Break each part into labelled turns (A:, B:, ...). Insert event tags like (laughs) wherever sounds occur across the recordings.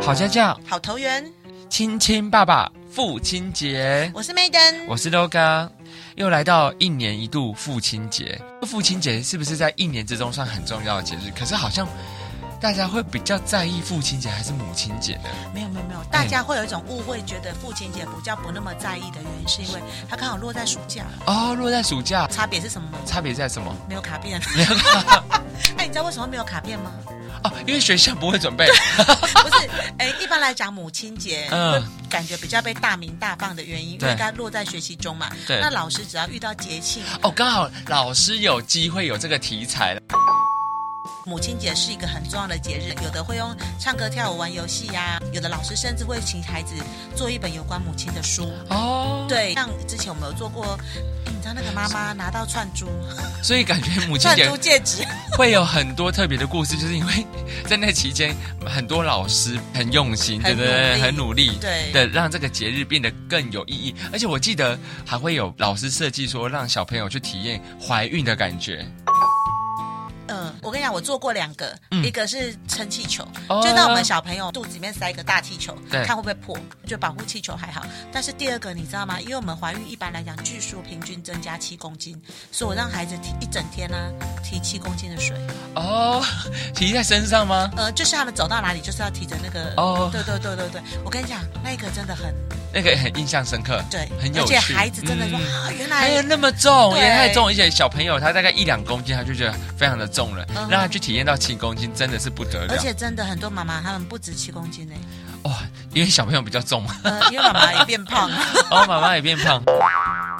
A: 好家教，
B: 好投缘。
A: 亲亲爸爸，父亲节，
B: 我是 Maiden，
A: 我是 LOGA，又来到一年一度父亲节。父亲节是不是在一年之中算很重要的节日？可是好像大家会比较在意父亲节还是母亲节呢？
B: 没有没有没有，大家会有一种误会，觉得父亲节比较不那么在意的原因，是因为它刚好落在暑假。
A: 哦，落在暑假，
B: 差别是什么吗？
A: 差别在什么？ (laughs)
B: 没有卡片。 (laughs) 哎，你知道为什么没有卡 (laughs) 片吗？
A: 哦，因为学校不会准备。
B: 不是，哎，一般来讲母亲节，
A: 嗯
B: 嗯，感觉比较被大名大放的原因，因
A: 对
B: 为它落在学习中嘛。
A: 对
B: 那老师只要遇到节庆，
A: 哦，刚好老师有机会有这个题材了。
B: 母亲节是一个很重要的节日，有的会用唱歌、跳舞、玩游戏呀、有的老师甚至会请孩子做一本有关母亲的书。
A: 哦，
B: 对，像之前我们有做过，哎你知道那个妈妈拿到串珠、啊
A: 所以感觉母亲
B: 串
A: 节
B: 珠戒指，
A: 会有很多特别的故事，就是因为在那期间，很多老师很用心，对
B: 很
A: 不
B: 努
A: 对？
B: 力
A: 很努力，
B: 对
A: 的让这个节日变得更有意义。而且我记得还会有老师设计说，让小朋友去体验怀孕的感觉。
B: 嗯，我跟你讲，我做过两个，
A: 嗯
B: 一个是撑气球，
A: 哦
B: 就让我们小朋友肚子里面塞一个大气球，
A: 对
B: 看会不会破。我觉得保护气球还好，但是第二个你知道吗？因为我们怀孕一般来讲，据说平均增加七公斤，所以我让孩子提一整天呢、提七公斤的水。
A: 哦，提在身上吗？
B: 呃，就是他们走到哪里就是要提着那个。
A: 哦
B: 对对对对对，我跟你讲，那个真的很
A: 那个很印象深刻，
B: 对，
A: 很有
B: 而
A: 趣。
B: 且孩子真的说、
A: 嗯
B: 啊，原
A: 还有
B: 来。
A: 那么重，
B: 对
A: 也太重，而且小朋友他大概一两公斤，他就觉得非常的重了，
B: 嗯
A: 让他去体验到七公斤真的是不得了
B: 而。且真的很多妈妈，她们不止七公斤呢、
A: 哇、因为小朋友比较重
B: (laughs)
A: 嘛，
B: 呃，因为妈妈也变胖了。
A: 然后妈妈也变胖
B: (laughs)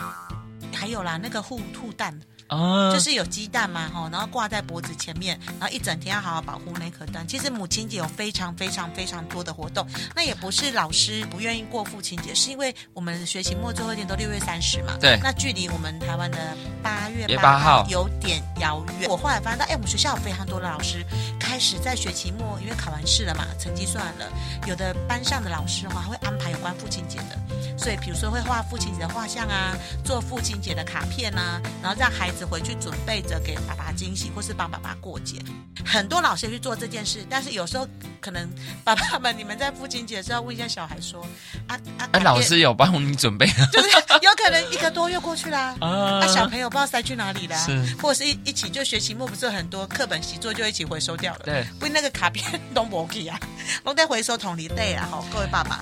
B: 还有啦，那个护兔蛋，
A: 啊，
B: 就是有鸡蛋嘛，吼，然后挂在脖子前面，然后一整天要好好保护那颗蛋。其实母亲节有非常非常非常多的活动，那也不是老师不愿意过父亲节，是因为我们学期末最后一天都六月三十嘛，
A: 对
B: 那距离我们台湾的八月
A: 也
B: 八
A: 8号
B: 有点遥远。我后来发现到，哎，我们学校有非常多的老师开始在学期末，因为考完试了嘛，成绩算了，有的班上的老师哈会安排有关父亲节的。所以，比如说会画父亲节的画像啊，做父亲节的卡片啊，然后让孩子回去准备着给爸爸惊喜，或是帮爸爸过节。很多老师也去做这件事，但是有时候可能爸爸们，你们在父亲节的时候问一下小孩说，啊啊，
A: 哎、
B: 卡片
A: 老师有帮你准备
B: (laughs) 就是有可能一个多月过去啦、啊。
A: 啊
B: 小朋友啊不知道塞去哪里啦、
A: 是
B: 或者是一一起就学期末不是很多课本习作就一起回收掉了，
A: 对，
B: 不然那个卡片都没去啊，都在回收桶里累啦吼，各位爸爸。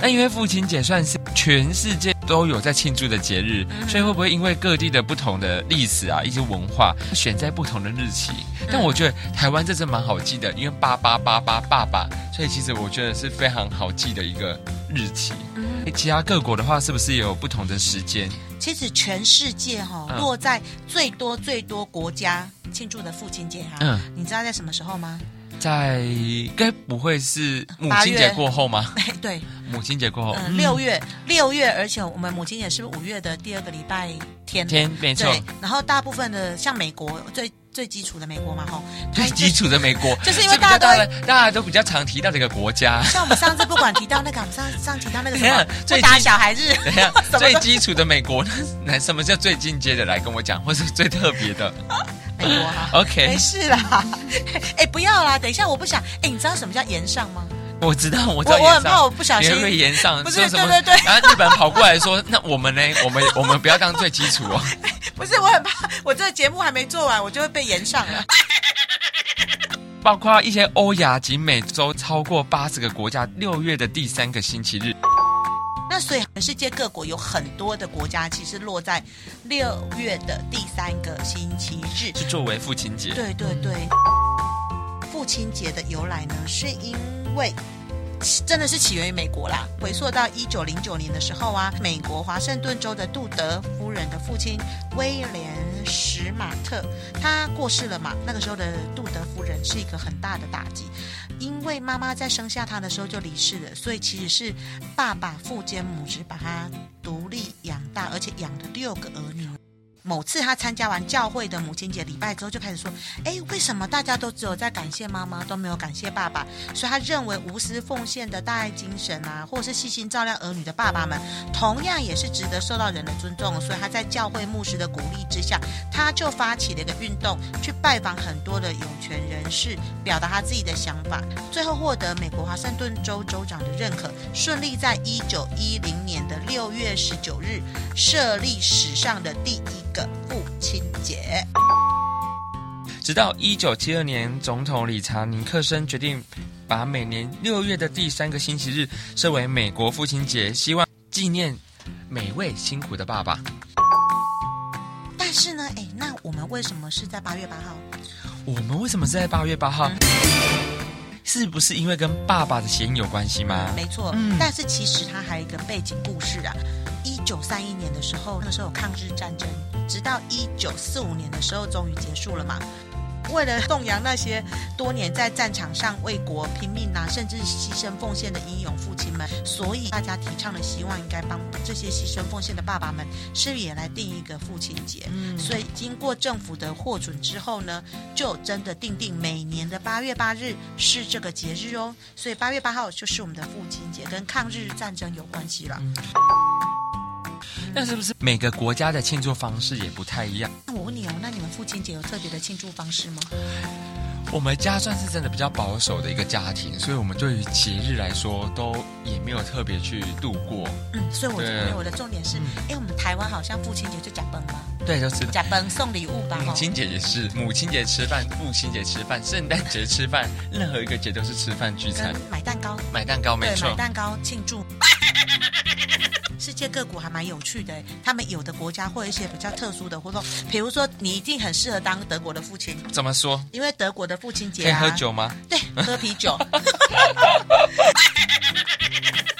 A: 那因为父亲节算是全世界都有在庆祝的节日，
B: 嗯
A: 所以会不会因为各地的不同的历史啊，一些文化，选在不同的日期？
B: 嗯
A: 但我觉得台湾这次蛮好记的，因为八八八八爸爸，所以其实我觉得是非常好记的一个日期。
B: 嗯
A: 其他各国的话，是不是也有不同的时间？
B: 其实全世界哈、
A: 嗯
B: 落在最多最多国家庆祝的父亲节哈、
A: 嗯
B: 你知道在什么时候吗？ (laughs)
A: 在该不会是母亲
B: 八
A: 节
B: 月
A: 过后吗？
B: 对，
A: 母亲节过后，
B: 呃，
A: 嗯
B: 六月，六月，而且我们母亲节是五月的第二个礼拜天。
A: 嗯天没错
B: 对，，然后大部分的像美国最最基础的美国嘛吼，
A: 最基础的美国，
B: (laughs) 就是因为
A: 比较
B: 大家都
A: 的，大家都比较常提到这个国家。
B: (laughs) 像我们上次不管提到那个，我们上上提到那
A: (laughs)
B: 个什么
A: 等一下最
B: 不
A: 基
B: 打小
A: (laughs)
B: 孩日，，
A: 等一下
B: 什么
A: 啊最
B: 都
A: 基础的美国，那什么叫最进阶的？来跟我讲，或是最特别的
B: 美国哈、没
A: ？OK，
B: 事啦， (laughs) 哎，不要啦，等一下，我不想，哎，你知道什么叫延上吗？
A: 我知道，我知道
B: 我我
A: 岩
B: 很怕
A: 上
B: 我，不小
A: 你
B: 心
A: 会，不会延上？
B: 不是
A: 说什么
B: 对对对
A: 然后日本跑过来说，那我们呢？我们我们不要当最基础哦。 (laughs)
B: 不是我很怕， (laughs) 我这个节目还没做完，我就会被延上了。
A: 包括一些欧亚及美洲超过八十个国家，六月的第三个星期日，
B: (laughs) 那所以全世界各国有很多的国家，其实落在六月的第三个星期日。
A: 是作为父亲节。
B: 对对对，父亲节的由来呢，是因为。真的是起源于美国啦，回溯到一九零九年的时候啊，美国华盛顿州的杜德夫人的父亲威廉史马特，他过世了嘛。那个时候的杜德夫人是一个很大的打击，因为妈妈在生下他的时候就离世了，所以其实是爸爸父兼母职把他独立养大，而且养了六个儿女。某次他参加完教会的母亲节礼拜之后，就开始说：“哎，为什么大家都只有在感谢妈妈，都没有感谢爸爸？”所以他认为无私奉献的大爱精神啊，或者是细心照料儿女的爸爸们，同样也是值得受到人的尊重。所以他在教会牧师的鼓励之下，他就发起了一个运动，去拜访很多的有权人士，表达他自己的想法，最后获得美国华盛顿州州长的认可，顺利在一九一零年的六月十九日设立史上的第一个父亲节。
A: 直到一九七二年，总统理查尼克森决定把每年六月的第三个星期日设为美国父亲节，希望纪念每位辛苦的爸爸。
B: 但是呢，哎，那我们为什么是在八月八号？
A: 我们为什么是在八月八号？是不是因为跟爸爸的谐音有关系吗？
B: 没错，但是其实它还有一个背景故事啊。一九三一年的时候，那时候有抗日战争，直到一九四五年的时候终于结束了嘛。为了颂扬那些多年在战场上为国拼命啊，甚至牺牲奉献的英勇父亲们，所以大家提倡的希望应该帮这些牺牲奉献的爸爸们，是不是也来定一个父亲节？
A: 嗯
B: 所以经过政府的获准之后呢，就真的定定每年的八月八日是这个节日哦。所以八月八号就是我们的父亲节，跟抗日战争有关系了。
A: 嗯那是不是每个国家的庆祝方式也不太一样？
B: 那我问你哦，那你们父亲节有特别的庆祝方式吗？
A: 我们家算是真的比较保守的一个家庭，所以我们对于节日来说都也没有特别去度过。
B: 嗯，所以我
A: 对
B: 就
A: 嗯
B: 没有我的重点是，哎、我们台湾好像父亲节就假崩吧，
A: 对，就是
B: 假崩送礼物吧，
A: 母
B: 哈。
A: 亲节也是，母亲节吃饭，父亲节吃饭，圣诞节吃饭，任何一个节都是吃饭聚餐
B: 跟，买蛋糕，
A: 买蛋糕，没
B: 对，买
A: 错。
B: 蛋糕庆祝。 (laughs) 世界各国还蛮有趣的，他们有的国家会有一些比较特殊的活动，比如说你一定很适合当德国的父亲，
A: 怎么说？
B: 因为德国的父亲
A: 可
B: 节
A: 以
B: 啊，
A: 喝酒吗？
B: 对，喝啤酒。 (laughs)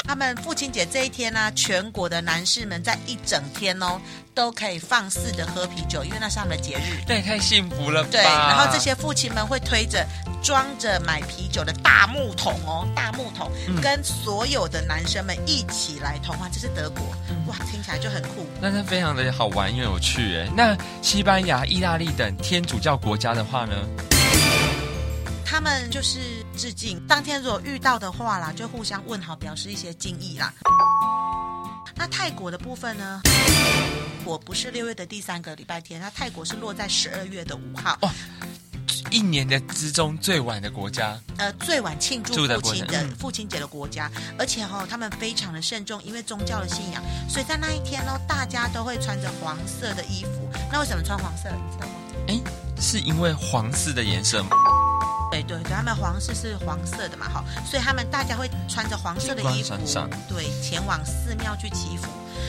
B: 他们父亲节这一天呢、全国的男士们在一整天哦，都可以放肆的喝啤酒，因为那是他们的节日。
A: 那也太幸福了吧！
B: 对，然后这些父亲们会推着装着买啤酒的大木桶哦，大木桶，
A: 嗯
B: 跟所有的男生们一起来同欢，这是德国，哇，听起来就很酷。
A: 那是非常的好玩又有趣哎。那西班牙、意大利等天主教国家的话呢？
B: 他们就是致敬。当天如果遇到的话啦，就互相问好，表示一些敬意啦。那泰国的部分呢？我不是六月的第三个礼拜天，那泰国是落在十二月的五号，
A: 哦一年的之中最晚的国家，
B: 呃，最晚庆祝
A: 祝的
B: 父亲
A: 国家
B: 的
A: 嗯
B: 父亲节的国家，而且哈、哦，他们非常的慎重，因为宗教的信仰，所以在那一天呢、哦大家都会穿着黄色的衣服。那为什么穿黄色？你知道吗？
A: 哎，是因为皇室的颜色吗？
B: 哎对对对，他们皇室是黄色的嘛，哈，所以他们大家会穿着黄色的衣服
A: 金光闪闪，
B: 对，前往寺庙去祈福。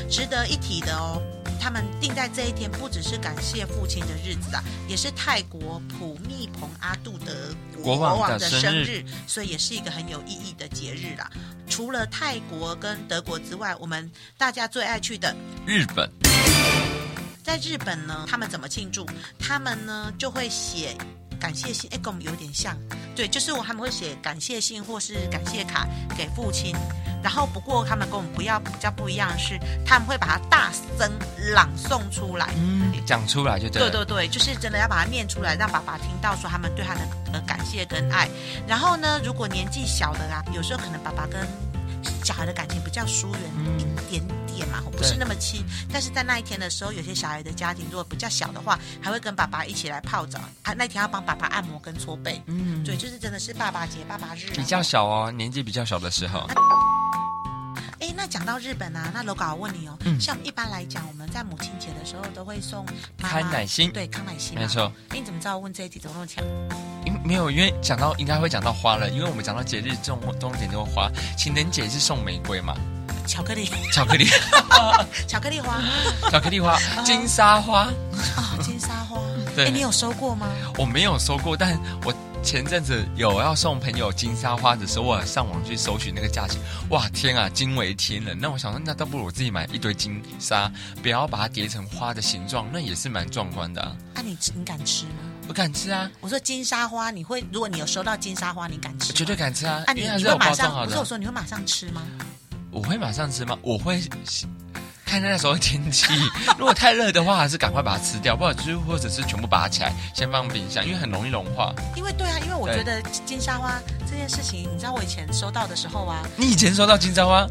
B: 值得一提的哦，他们定在这一天，不只是感谢父亲的日子啊，也是泰国普密蓬阿杜德
A: 国王的生日
B: 日，所以也是一个很有意义的节日啦。除了泰国跟德国之外，我们大家最爱去的
A: 日本
B: 在日本呢，他们怎么庆祝？他们呢就会写感谢信，哎，跟我们有点像，对，就是我他们会写感谢信或是感谢卡给父亲。然后，不过他们跟我们不要比较不一样的是，他们会把它大声朗诵出来。
A: 嗯，讲出来就对了。
B: 对对对，就是真的要把它念出来，让爸爸听到说他们对他的呃感谢跟爱。然后呢，如果年纪小的啊，有时候可能爸爸跟小孩的感情比较疏远一点点嘛，不是那么亲。但是在那一天的时候，有些小孩的家庭如果比较小的话，还会跟爸爸一起来泡澡啊。那天要帮爸爸按摩跟搓背，
A: 嗯，
B: 对，就是真的是爸爸节、爸爸日啊、
A: 比较小哦，年纪比较小的时候，
B: 哎，那讲到日本啊，那楼搞我问你哦，
A: 嗯
B: 像一般来讲，我们在母亲节的时候都会送妈妈
A: 康乃馨
B: 对康乃馨嘛，
A: 没错。
B: 哎，你怎么知道我问这一题怎么那么强？
A: 因没有，因为讲到应该会讲到花了，因为我们讲到节日重重点就是花，情人节是送玫瑰
B: (laughs)
A: 嘛，
B: 巧克力，
A: 巧克力，
B: 巧克力花，
A: 巧克力花，金沙花，
B: 哦，金沙花。
A: 对
B: 啊哎，你有收过吗？
A: 我没有收过，但我前阵子有要送朋友金沙花的时候，我有上网去搜寻那个价钱，哇天啊，惊为天人！那我想说，那倒不如我自己买一堆金沙，不要把它叠成花的形状，那也是蛮壮观的、啊。
B: 啊，你吃你敢吃吗？
A: 我敢吃啊，
B: 我说金沙花，你会，如果你有收到金沙花，你敢吃
A: 我
B: 吗？
A: 绝对敢吃啊，
B: 啊，
A: 因
B: 你
A: 为它
B: 你
A: 是
B: 会
A: 有
B: 马
A: 包装
B: 上？
A: 好
B: 不
A: 的
B: 是
A: 啊
B: 我。说你会马上吃吗？
A: 我会马上吃吗？我会看那时候的天气， (laughs) 如果太热的话，还是赶快把它吃掉，不然就是或者是全部拔起来，先放冰箱，因为很容易融化。
B: 因为对啊，因为我觉得金沙花这件事情，你知道我以前收到的时候啊，
A: 你以前收到金针花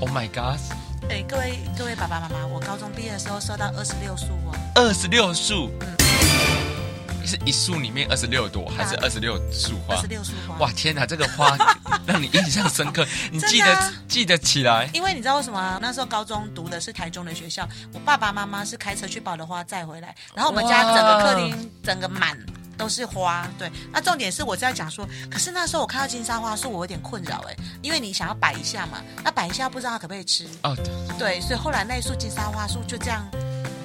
A: ？Oh my god！
B: 哎，各位各位爸爸妈妈，我高中毕业的时候收到二十六束哦，
A: 二十六束，是一束里面二十六朵，还是二十六束
B: 二
A: 花
B: 十？六束花。
A: 哇天哪，这个花让你印象
B: (laughs)
A: 深刻，你记
B: 真
A: 得
B: 的啊
A: 记得起来。
B: 因为你知道为什么啊？那时候高中读的是台中的学校，我爸爸妈妈是开车去保的花载回来，然后我们家
A: 哇
B: 整个客厅整个满都是花。对，那重点是我在讲说，可是那时候我看到金沙花树，我有点困扰哎，因为你想要摆一下嘛，那摆一下不知道它可不可以吃，
A: 哦，
B: 对，所以后来那一束金沙花树就这样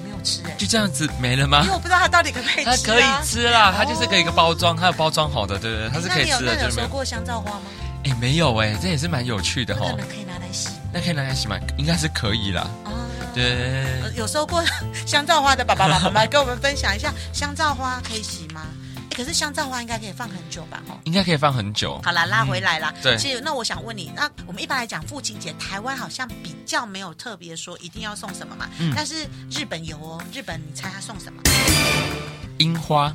B: 没有吃哎，
A: 就这样子没了吗
B: 因为？我不知道它到底可不可以吃、
A: 它
B: 啊。
A: 可以吃啦，它就是可以一个包装，它有包装好的，对不对？它是
B: 那
A: 可以
B: 你有
A: 吃
B: 那
A: 的，
B: 你有
A: 就是没有。
B: 收过香皂花吗？
A: 哎，没有哎，这也是蛮有趣的
B: 那
A: 哈
B: 可。能可以拿来洗
A: 那可以拿来洗吗？应该是可以啦。
B: 啊。
A: 对，
B: 呃有收过 (laughs) 香皂花的爸爸妈妈跟我们分享一下，香皂花可以洗吗？诶可是香皂花应该可以放很久吧？哦，
A: 应该可以放很久。
B: 好啦，拉回来啦。
A: 嗯对
B: 其实那我想问你，那我们一般来讲父亲节，台湾好像比较没有特别说一定要送什么嘛。
A: 嗯
B: 但是日本有哦，日本你猜他送什么？ (laughs) 哎
A: 樱花，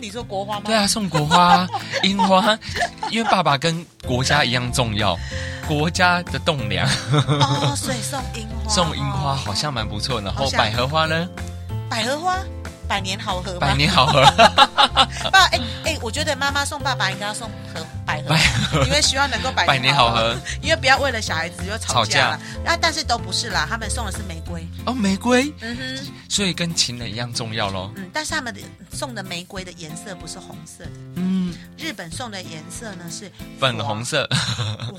B: 你说国花吗？
A: 对啊，送国 (laughs) 花、樱花，因为爸爸跟国家一样重要，国家的栋梁
B: 哦，所以送樱花。
A: 送樱花
B: 哦
A: 好像蛮不错。然后
B: 好像
A: 百合花呢，
B: 百合花，百年好合吗。
A: 百年好合，
B: 爸，哎、哎、我觉得妈妈送爸爸应该要送合百合，
A: 百
B: 因为希望能够
A: (laughs)
B: 百
A: 百年好合。
B: 因为不要为了小孩子又吵架了。那、但是都不是啦，他们送的是玫瑰，
A: 哦，玫瑰，
B: 嗯哼，
A: 所以跟情人一样重要咯。
B: 嗯，但是他们的送的玫瑰的颜色不是红色的，
A: 嗯，
B: 日本送的颜色呢是 (laughs)
A: 粉红色
B: 黄，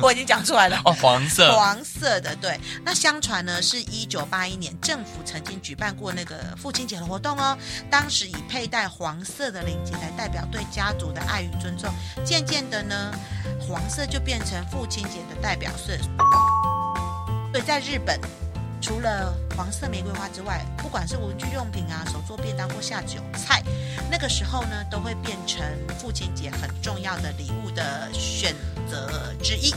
B: 我已经讲出来了。
A: 哦，黄色，
B: 黄色的，对。那相传呢，是一九八一年政府曾经举办过那个父亲节的活动哦。当时以佩戴黄色的领结来代表对家族的爱与尊重。渐渐的呢，黄色就变成父亲节的代表色。所以在日本，除了黄色玫瑰花之外，不管是文具用品啊、手做便当或下酒菜，那个时候呢，都会变成父亲节很重要的礼物的选择之一。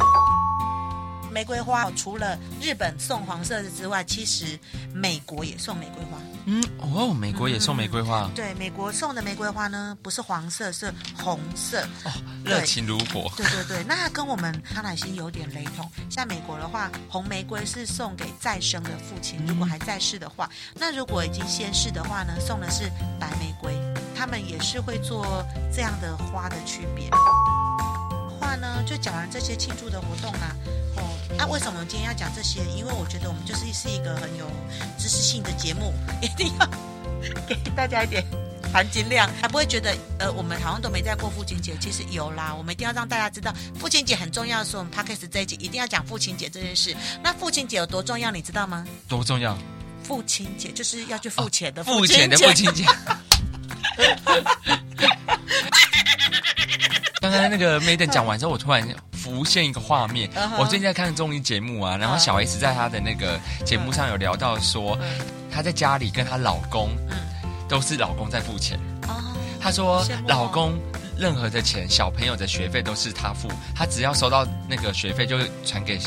B: 玫瑰花除了日本送黄色的之外，其实美国也送玫瑰花。
A: 嗯，哦，美国也送玫瑰花，
B: 对，美国送的玫瑰花呢，不是黄色，是红色。
A: 哦，热情如火，
B: 对对对，那跟我们康乃馨有点雷同。像美国的话，红玫瑰是送给再生的父亲，如果还在世的话；那如果已经先逝的话呢，送的是白玫瑰。他们也是会做这样的花的区别。话呢，就讲完这些庆祝的活动啦。哦，那、为什么我们今天要讲这些？因为我觉得我们就是是一个很有知识性的节目， (laughs) 一定要给大家一点含金量，还不会觉得呃，我们好像都没在过父亲节。其实有啦，我们一定要让大家知道父亲节很重要的时候，我们 podcast 这一集一定要讲父亲节这件事。那父亲节有多重要，你知道吗？
A: 多重要！
B: 父亲节就是要去付钱的
A: 哦付
B: 亲节
A: 钱的父亲节。 (laughs) 刚刚那个 Maiden 讲完之后，我突然浮现一个画面。
B: 嗯哼
A: 我最近在看综艺节目啊，然后小 S 在她的那个节目上有聊到说
B: 嗯，
A: 她在家里跟她老公
B: 嗯
A: 都是老公在付钱。
B: 哦，
A: 她说
B: 羡慕哦
A: 老公任何的钱，小朋友的学费都是她付，她只要收到那个学费就传给。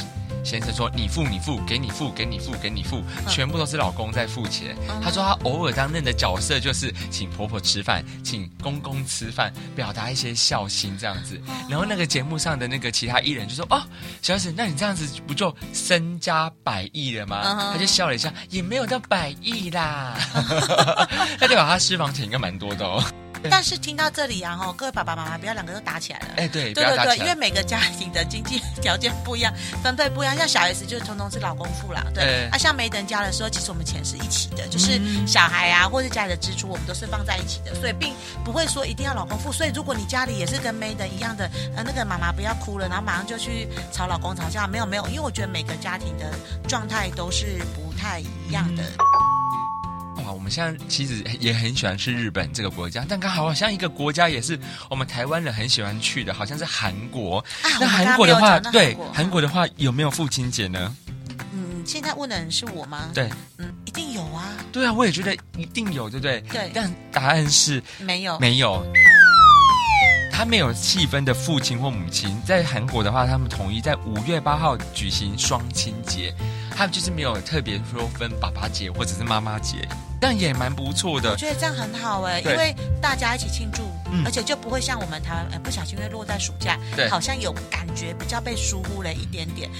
A: 先生说：“你付，你付，给你付，给你付，给你付，全部都是老公在付钱。
B: 嗯
A: 她说哦她偶尔担任的角色就是请婆婆吃饭，请公公吃饭，表达一些孝心这样子。
B: 嗯
A: 然后那个节目上的那个其他艺人就说：“哦，小沈，那你这样子不就身家百亿了吗？”
B: 嗯哼
A: 她就笑了一下，也没有到百亿啦。 (laughs) 那代表她私房钱应该蛮多的哦。
B: 但是听到这里啊，哦，各位爸爸妈妈不要两个都打起来了。
A: 哎，对，不
B: 对
A: 要
B: 对
A: 打
B: 对，
A: 起
B: 因为
A: 来。
B: 每个家庭的经济 (laughs) 条件不一样，分配不一样。像小 S 就是通通是老公付啦，对。
A: 哎
B: 啊，像梅登家的时候，其实我们钱是一起的，就是
A: 嗯
B: 小孩啊或者家里的支出，我们都是放在一起的，所以并不会说一定要老公付。所以如果你家里也是跟梅登一样的，呃，那个妈妈不要哭了，然后马上就去吵老公吵架，没有没有，因为我觉得每个家庭的状态都是不太一样的。
A: 嗯哇，我们现在其实也很喜欢去日本这个国家，但刚好像一个国家也是我们台湾人很喜欢去的，好像是韩国。
B: 啊，
A: 那
B: 我们刚
A: 韩
B: 刚
A: 国
B: 没
A: 的
B: 有
A: 话，
B: 讲到
A: 对
B: 韩
A: 韩国的话有没有父亲节呢？
B: 嗯，现在问的人是我吗？，
A: 对
B: 嗯，一定有啊，
A: 对啊，我也觉得一定有，对不对？
B: 对哦
A: 但答案是
B: 没有。
A: 没有。他们有细分的父亲或母亲。在韩国的话，他们统一在五月八号举行双亲节，他们就是没有特别说分爸爸节或者是妈妈节，这样也蛮不错的
B: 我。觉得这样很好哎，因
A: 对
B: 为大家一起庆祝
A: 嗯，
B: 而且就不会像我们台湾，呃，不小心因为落在暑假
A: 对，
B: 好像有感觉比较被疏忽了一点点。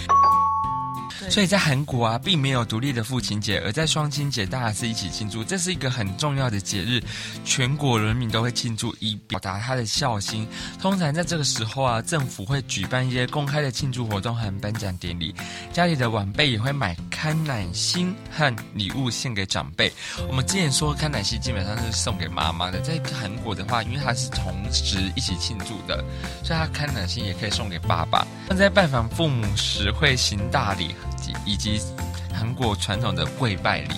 B: 对
A: 所以在韩国啊，并没有独立的父亲节，而在双亲节大家是一起庆祝，这是一个很重要的节日，全国人民都会庆祝，以表达他的孝心。通常在这个时候啊，政府会举办一些公开的庆祝活动和颁奖典礼，家里的晚辈也会买康乃馨和礼物献给长辈。我们之前说康乃馨基本上是送给妈妈的，在韩国的话，因为它是同时一起庆祝的，所以他康乃馨也可以送给爸爸。那在拜访父母时会行大礼，以及韩国传统的跪拜礼。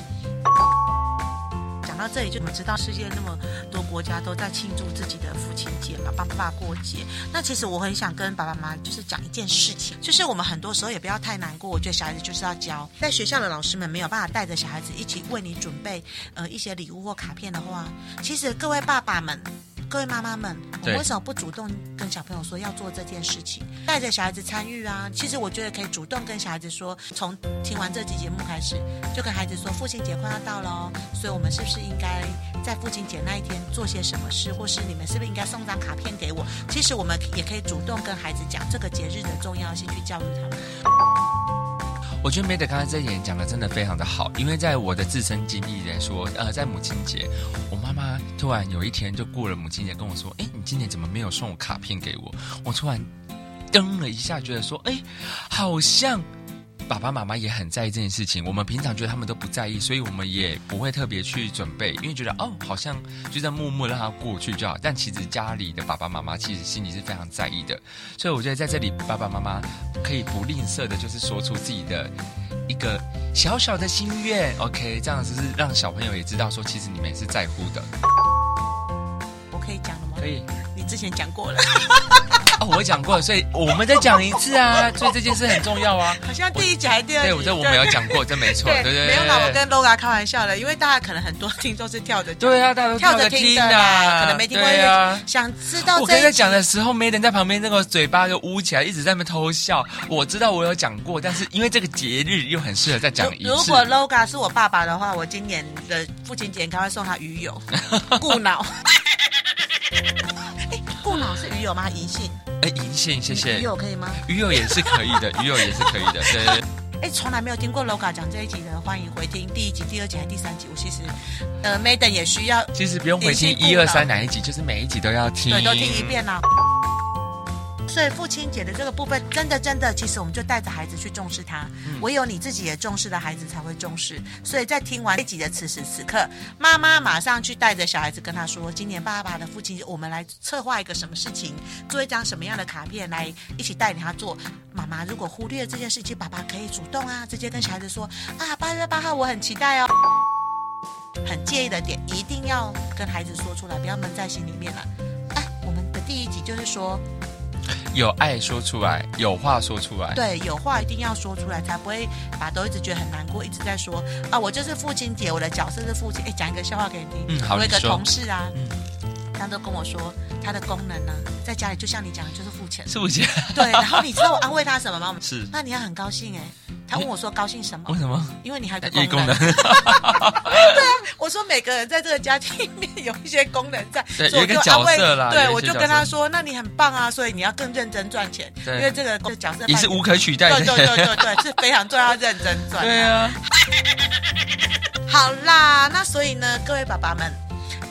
B: 讲到这里，就我们知道世界那么多国家都在庆祝自己的父亲节嘛，帮爸爸过节。那其实我很想跟爸爸妈妈就是讲一件事情，就是我们很多时候也不要太难过。我觉得小孩子就是要教，在学校的老师们没有办法带着小孩子一起为你准备呃一些礼物或卡片的话，其实各位爸爸们。各位妈妈们，我
A: 对
B: 们为什么不主动跟小朋友说要做这件事情，带着小孩子参与啊？其实我觉得可以主动跟小孩子说，从听完这期节目开始，就跟孩子说父亲节快要到了哦，所以我们是不是应该在父亲节那一天做些什么事，或是你们是不是应该送张卡片给我？其实我们也可以主动跟孩子讲这个节日的重要性，去教育他们。
A: 我觉得 Made 刚才这一点讲的真的非常的好，因为在我的自身经历来说，呃，在母亲节，我妈妈突然有一天就过了母亲节跟我说，哎，你今年怎么没有送我卡片给我？我突然噔了一下，觉得说，哎，好像。爸爸妈妈也很在意这件事情，我们平常觉得他们都不在意，所以我们也不会特别去准备，因为觉得哦，好像就在默默让它过去就好。但其实家里的爸爸妈妈其实心里是非常在意的，所以我觉得在这里，爸爸妈妈可以不吝啬的，就是说出自己的一个小小的心愿。OK，这样就是让小朋友也知道说，其实你们也是在乎的。
B: 我可以讲了吗？
A: 可以
B: 你之前讲过了， (laughs)
A: 哦，我讲过了，所以我们再讲一次
B: (laughs)
A: 啊，所以这件事很重要啊。
B: 好像第一集还是第二集。
A: 对，我这我们有讲过，这没错，对
B: 对
A: 对对。
B: 没有啦，
A: 对
B: 我跟 LOGA 开玩笑的，因为大家可能很多听众是跳着讲
A: 对啊，大家都
B: 跳着
A: 听
B: 听的啦，
A: 啊，
B: 可能没听过。
A: 对啊。
B: 想知道
A: 我
B: 这
A: 刚
B: 一
A: 才
B: 集
A: 讲的时候，没人在旁边，那个嘴巴就捂起来，一直在那边偷笑。我知道我有讲过，但是因为这个节日又很适合再讲一次。
B: 如如果 LOGA 是我爸爸的话，我今年的父亲节应该会送他鱼
A: (laughs)
B: 油、固脑。 (laughs) 哎固脑是鱼油吗？银杏？
A: 哎，银杏，谢谢
B: 鱼。油可以吗？
A: 鱼友也是可以的，鱼友也是可以的，对对对
B: 哎，从来没有听过 LOGA 讲这一集的，欢迎回听第一集、第二集还是第三集。我其实，呃，Maiden 也需要
A: 其实不用回听
B: 隐
A: 一
B: 性
A: 二
B: 固
A: 三
B: 脑
A: 哪一集，就是每一集都要听，
B: 对，都听一。遍啊啦。所以父亲节的这个部分，真的真的，其实我们就带着孩子去重视它。唯有你自己也重视的孩子才会重视。所以在听完这集的此时此刻，妈妈马上去带着小孩子跟他说：“今年爸爸的父亲节，我们来策划一个什么事情，做一张什么样的卡片来一起带领他做。”妈妈如果忽略这件事情，爸爸可以主动啊，直接跟小孩子说：“啊，八月八号我很期待哦。”很介意的点，一定要跟孩子说出来，不要闷在心里面了。啊，我们的第一集就是说，
A: 有爱说出来，有话说出来。
B: 对，有话一定要说出来，才不会把都一直觉得很难过，一直在说啊，我就是父亲节，我的角色是父亲。哎，讲一个笑话给你听。
A: 嗯好
B: 我有一
A: 你
B: 个
A: 说
B: 同事啊，
A: 嗯。
B: 他都跟我说，他的功能呢、啊在家里就像你讲的，就是付
A: (laughs)
B: 钱
A: 是不是？
B: 对，然后你知道我安慰他什么吗？
A: 是
B: 那你要很高兴哎、他问我说高兴什么
A: 为？什么？
B: 因为你还有
A: 一
B: 个
A: 功
B: 功
A: 能
B: 能。我说每个人在这个家庭里面有一些功能在，
A: (laughs) 对
B: 所以
A: 有
B: 我
A: 一个
B: 就安慰
A: 角色啦有一
B: 对，
A: 些
B: 我就跟他说，那你很棒啊，所以你要更认真赚钱，
A: 对
B: 因为这个角色扮
A: 也
B: 演
A: 是无可取代
B: 对
A: 的。
B: 对对对对，是非常重要，认真赚。
A: 对啊，
B: 好啦，那所以呢，各位爸爸们，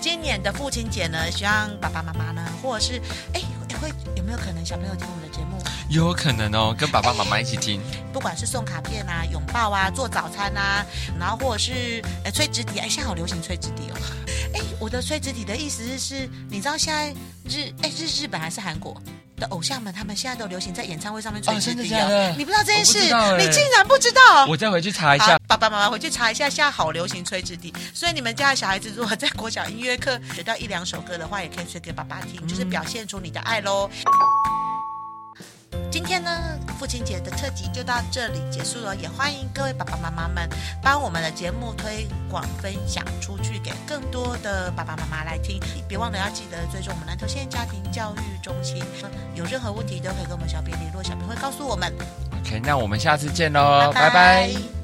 B: 今年的父亲节呢，希望爸爸妈妈呢，或者是哎会有没有可能小朋友听我们的节目，
A: 有可能哦，跟爸爸妈妈一起听。
B: 不管是送卡片啊、拥抱啊、做早餐啊，然后或者是呃吹纸笛，哎，现在好流行吹纸笛哦。哎，我的吹纸笛的意思是，是你知道现在日哎日日本还是韩国的偶像们，他们现在都流行在演唱会上面吹
A: 哦
B: 纸
A: 真的
B: 笛
A: 假的
B: 你不知道这件事，
A: 我不知道哎
B: 你竟然不知道？
A: 我再回去查一下
B: 好，，啊爸爸妈妈回去查一下，现在好流行吹纸笛，所以你们家的小孩子如果在国小音乐课学到一两首歌的话，也可以
A: 嗯
B: 吹给爸爸听，就是表现出你的爱喽。今天呢，父亲节的特辑就到这里结束了，也欢迎各位爸爸妈妈们帮我们的节目推广分享出去，给更多的爸爸妈妈来听。别忘了要记得追踪我们南投县家庭教育中心，有任何问题都可以跟我们小编联络，小编会告诉我们。
A: OK，那我们下次见喽，拜拜。